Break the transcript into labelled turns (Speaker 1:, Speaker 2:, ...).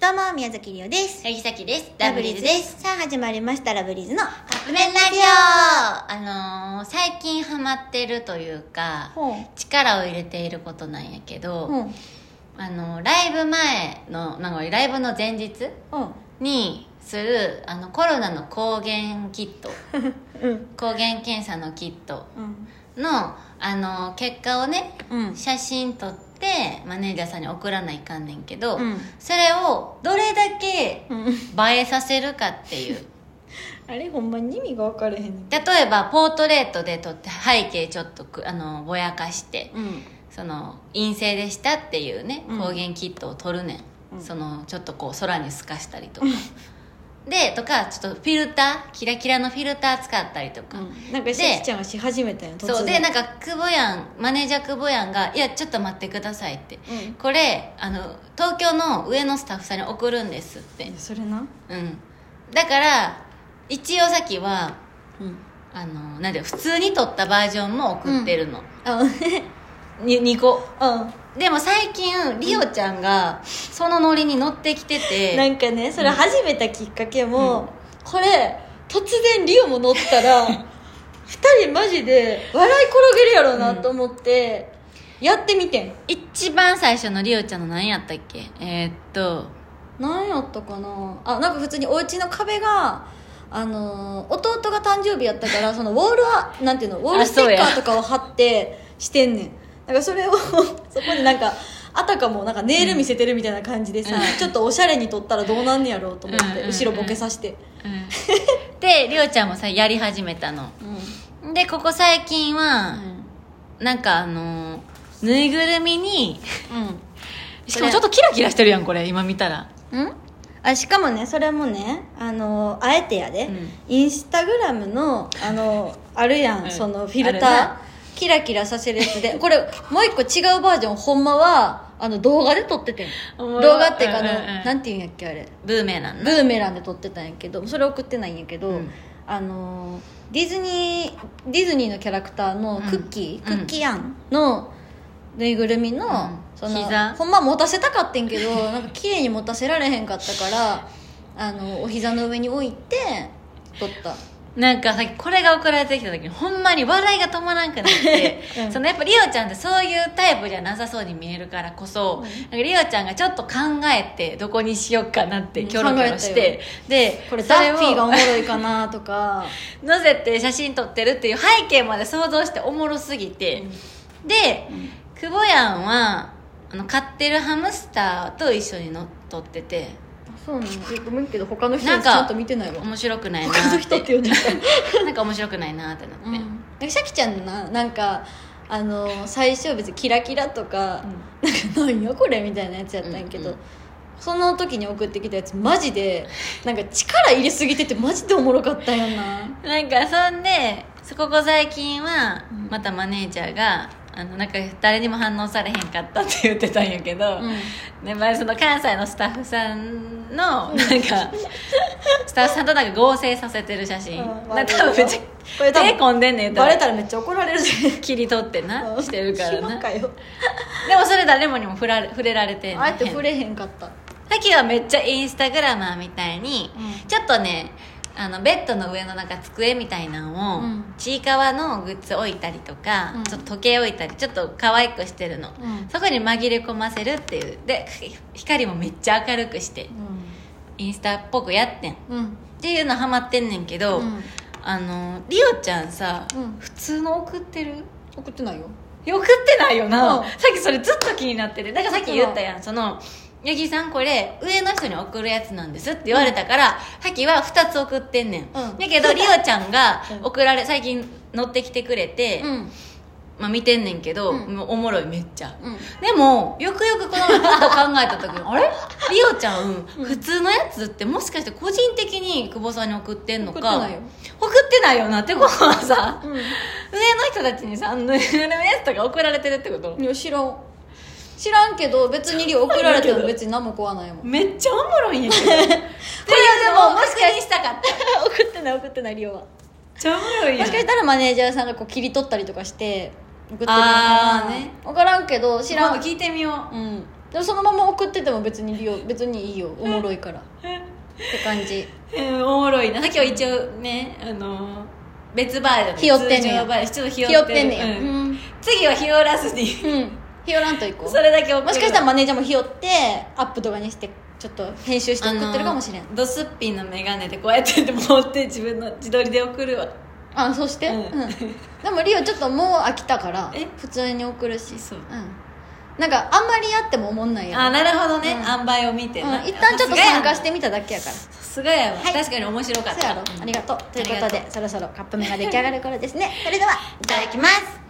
Speaker 1: どうも宮崎りおです
Speaker 2: 八木崎です。
Speaker 1: すさあ始まりましたラブリーズの
Speaker 2: カップ麺ラジオあのー、最近ハマってるというか、
Speaker 1: ほう
Speaker 2: 力を入れていることなんやけど、
Speaker 1: うんうん
Speaker 2: あのー、ライブ前の、まあ、ライブの前日にする、あの、コロナの抗原キッ ト、
Speaker 1: うん
Speaker 2: 抗原検査のキット
Speaker 1: うん
Speaker 2: の、あのー、結果をね、
Speaker 1: うん
Speaker 2: 写真撮って、マネージャーさんに送らないかんねんけど、
Speaker 1: うん
Speaker 2: それをどれだけ
Speaker 1: うん
Speaker 2: 映えさせるかっていう。
Speaker 1: あれほんまに意味が分かれへんねん
Speaker 2: 例えばポートレートで撮って背景ちょっとくあのぼやかして
Speaker 1: うん
Speaker 2: その陰性でしたっていうね
Speaker 1: うん
Speaker 2: 抗原キットを撮るねん、
Speaker 1: うん
Speaker 2: そのちょっとこう空に透かしたりとか、 でとかちょっとフィルターキラキラのフィルター使ったりとか、
Speaker 1: なんかしきちゃんはし始めたよ突然
Speaker 2: そうでなんか久保やんマネージャー久保やんが「いやちょっと待ってください」って「
Speaker 1: うん
Speaker 2: これあの東京の上のスタッフさんに送るんです」って
Speaker 1: それな
Speaker 2: うんだから一応さっきは
Speaker 1: うん
Speaker 2: あのなんで普通に撮ったバージョンも送ってるの、
Speaker 1: あうん
Speaker 2: に2個
Speaker 1: な
Speaker 2: でも最近リオちゃんがそのノリに乗ってきてて
Speaker 1: んかねそれ始めたきっかけもこれ突然リオも乗った ら二人マジで笑い転げるやろうなと思ってやってみてん
Speaker 2: 一番最初のリオちゃんの何やったっけえーっと
Speaker 1: 何やったかなあなんか普通にお家の壁があのー弟が誕生日やったからそのウォール はなんていうのウォールステッカーとかを貼ってしてんねんなんかそれをそこになんかあたかもなんかネイル見せてるみたいな感じでさ、ちょっとおしゃれに撮ったらどうなんねやろうと思って、
Speaker 2: うんうんうん
Speaker 1: 後ろボケさせて、
Speaker 2: うんでリオちゃんもさやり始めたのでここ最近は、なんかあのーぬいぐるみにしかもちょっとキラキラしてるやんこれ今見たら
Speaker 1: んあしかもねそれもねあのあえてやで、
Speaker 2: うん
Speaker 1: インスタグラムのあのあるやん、
Speaker 2: うん
Speaker 1: そのフィル
Speaker 2: ある
Speaker 1: タ
Speaker 2: な
Speaker 1: ーキラキラさせるやつでこれもう一個違うバージョンほんまはあの動画で撮っててん
Speaker 2: お
Speaker 1: 動
Speaker 2: もろ
Speaker 1: 画っていうかあの、
Speaker 2: うんうんうん
Speaker 1: なんていうんやっけあれ
Speaker 2: ブーメラン
Speaker 1: ブーメランで撮ってたんやけどそれ送ってないんやけど、
Speaker 2: うん
Speaker 1: あのディズニーディズニーのキャラクターのクッキー、
Speaker 2: うん
Speaker 1: クッキーやんのぬいぐるみの,、
Speaker 2: うん
Speaker 1: その
Speaker 2: 膝
Speaker 1: ほんま持たせたかってんけど なんか綺麗に持たせられへんかったからあのお膝の上に置いて撮った
Speaker 2: なんかさっきこれが送られてきた時にほんまに笑いが止まらんくなって、
Speaker 1: うん
Speaker 2: そのやっぱりリオちゃんってそういうタイプじゃなさそうに見えるからこそ、
Speaker 1: うん
Speaker 2: なんかリオちゃんがちょっと考えてどこにしよっかなって
Speaker 1: うん
Speaker 2: キョロキョロしてで
Speaker 1: これ
Speaker 2: そ
Speaker 1: ダ
Speaker 2: れ
Speaker 1: ッフィーがお
Speaker 2: を
Speaker 1: もろいかなと か
Speaker 2: 載せて写真撮ってるっていう背景まで想像しておもろすぎて、で、久保やんはあの飼ってるハムスターと一緒にの撮ってて
Speaker 1: そうなのごめんけど他の人
Speaker 2: なん
Speaker 1: ちゃ
Speaker 2: か
Speaker 1: んと見てないわ
Speaker 2: 面白くないな
Speaker 1: 他の
Speaker 2: っ
Speaker 1: 人ってて言うんですか
Speaker 2: なんか面白くないなってなって、
Speaker 1: うん、シャキちゃんななんかあの 最初別にキラキラとか
Speaker 2: う
Speaker 1: 「
Speaker 2: ん
Speaker 1: なんか何よこれ」みたいなやつやったんやけど、
Speaker 2: うんうん
Speaker 1: その時に送ってきたやつマジでなんか力入れすぎててマジでおもろかったよな
Speaker 2: なんかそんでそここ最近は
Speaker 1: うん
Speaker 2: またマネージャーが、あのなんか誰にも反応されへんかったって言ってたんやけど、ね前その関西のスタッフさんのなんかスタッフさんとなんか合成させてる写真、
Speaker 1: うん
Speaker 2: な多分めっち
Speaker 1: これ
Speaker 2: ゃ
Speaker 1: 多分
Speaker 2: 手込んでんねん
Speaker 1: バレ
Speaker 2: た
Speaker 1: たらめっちゃ怒ら れるじ
Speaker 2: 切り取って
Speaker 1: ゃ
Speaker 2: なんして るから
Speaker 1: 暇
Speaker 2: な
Speaker 1: かよ
Speaker 2: でもそれ誰もにも触られ触れられてん
Speaker 1: あえて触
Speaker 2: さ
Speaker 1: れへんかった
Speaker 2: っきはめっちゃインスタグラマーみたいに、
Speaker 1: うん
Speaker 2: ちょっとねあのベッドの上のなんか机みたいなのを、
Speaker 1: うん
Speaker 2: ちいかわのグッズ置いたりとか、
Speaker 1: うん
Speaker 2: ちょっと時計置いたりちょっと可愛くしてるの、
Speaker 1: うん
Speaker 2: そこに紛れ込ませるっていうで光もめっちゃ明るくしてインスタっぽくやってんっ
Speaker 1: うんうん
Speaker 2: ていうのハマってんねんけど、
Speaker 1: うん
Speaker 2: あのりおちゃんさ、
Speaker 1: うん
Speaker 2: 普通の送ってる
Speaker 1: 送ってないよ
Speaker 2: 送ってないよな、
Speaker 1: うん
Speaker 2: さっきそれずっと気になっててだからさっき言ったやんその「八木さんこれ上の人に送るやつなんです」って言われたから、さっきは2つ送ってんねん、
Speaker 1: うん
Speaker 2: だ けどりおちゃんが
Speaker 1: うん
Speaker 2: 送られ最近乗ってきてくれて、
Speaker 1: ん
Speaker 2: まあ、見てんねんけど、
Speaker 1: うん
Speaker 2: もうおもろいめっちゃ
Speaker 1: うん
Speaker 2: でもよくよくこの前ふっと考えた時にあれりおちゃん、普通のやつってもしかして個人的に久保さんに送ってんのか
Speaker 1: 送ってないよ
Speaker 2: 送ってないよなってことはさ、
Speaker 1: うん
Speaker 2: 上の人たちにさ「あのぬいぐるみのやつとか送られてるってこと
Speaker 1: いや知らん知らんけど別にリオ送られても別に何も怖ないもん
Speaker 2: めっちゃおもろいんやけどこれはでももしかしたかっためっ
Speaker 1: 送ってない送ってないリオは
Speaker 2: ちゃおもろい
Speaker 1: もしかしたらマネージャーさんがこう切り取ったりとかして送ってるのか
Speaker 2: あ
Speaker 1: な、
Speaker 2: ーね
Speaker 1: 分からんけど知らん、
Speaker 2: 聞いてみよ
Speaker 1: うんでもそのまま送ってても別にいいよ別にいいよおもろいからって感じ
Speaker 2: うんおもろいな今日一応ねあのー別バージョン
Speaker 1: ひよってんね
Speaker 2: 通
Speaker 1: や
Speaker 2: 常バージョンちょっとひ
Speaker 1: ひよ
Speaker 2: よっ
Speaker 1: って
Speaker 2: て
Speaker 1: ん
Speaker 2: る
Speaker 1: ねや
Speaker 2: うん
Speaker 1: うん
Speaker 2: 次はひよらずに
Speaker 1: うんひよらんといこう
Speaker 2: それだけ送る
Speaker 1: もしかしたらマネージャーもひよってアップとかにしてちょっと編集して送ってるかもしれん
Speaker 2: あ
Speaker 1: あ
Speaker 2: のードスッピンの眼鏡でこうやって持って自分の自撮りで送るわ
Speaker 1: そして、
Speaker 2: うん
Speaker 1: うんでもリオちょっともう飽きたから
Speaker 2: え
Speaker 1: 普通に送るし
Speaker 2: そう
Speaker 1: うん、なんかあんまりやっても思んないや
Speaker 2: あ
Speaker 1: ん、
Speaker 2: なるほどね、
Speaker 1: うん
Speaker 2: 塩梅を見て
Speaker 1: う
Speaker 2: な、
Speaker 1: ん、一旦ちょっと
Speaker 2: さすがや
Speaker 1: 参
Speaker 2: な
Speaker 1: 加してみただけやから
Speaker 2: さすがやわ、
Speaker 1: はい
Speaker 2: 確かに面白かっ
Speaker 1: そうや
Speaker 2: た
Speaker 1: ろありがとうというこ
Speaker 2: あ
Speaker 1: と
Speaker 2: りが
Speaker 1: でそろそろカップ麺が出来上がる頃ですねそれではいただきます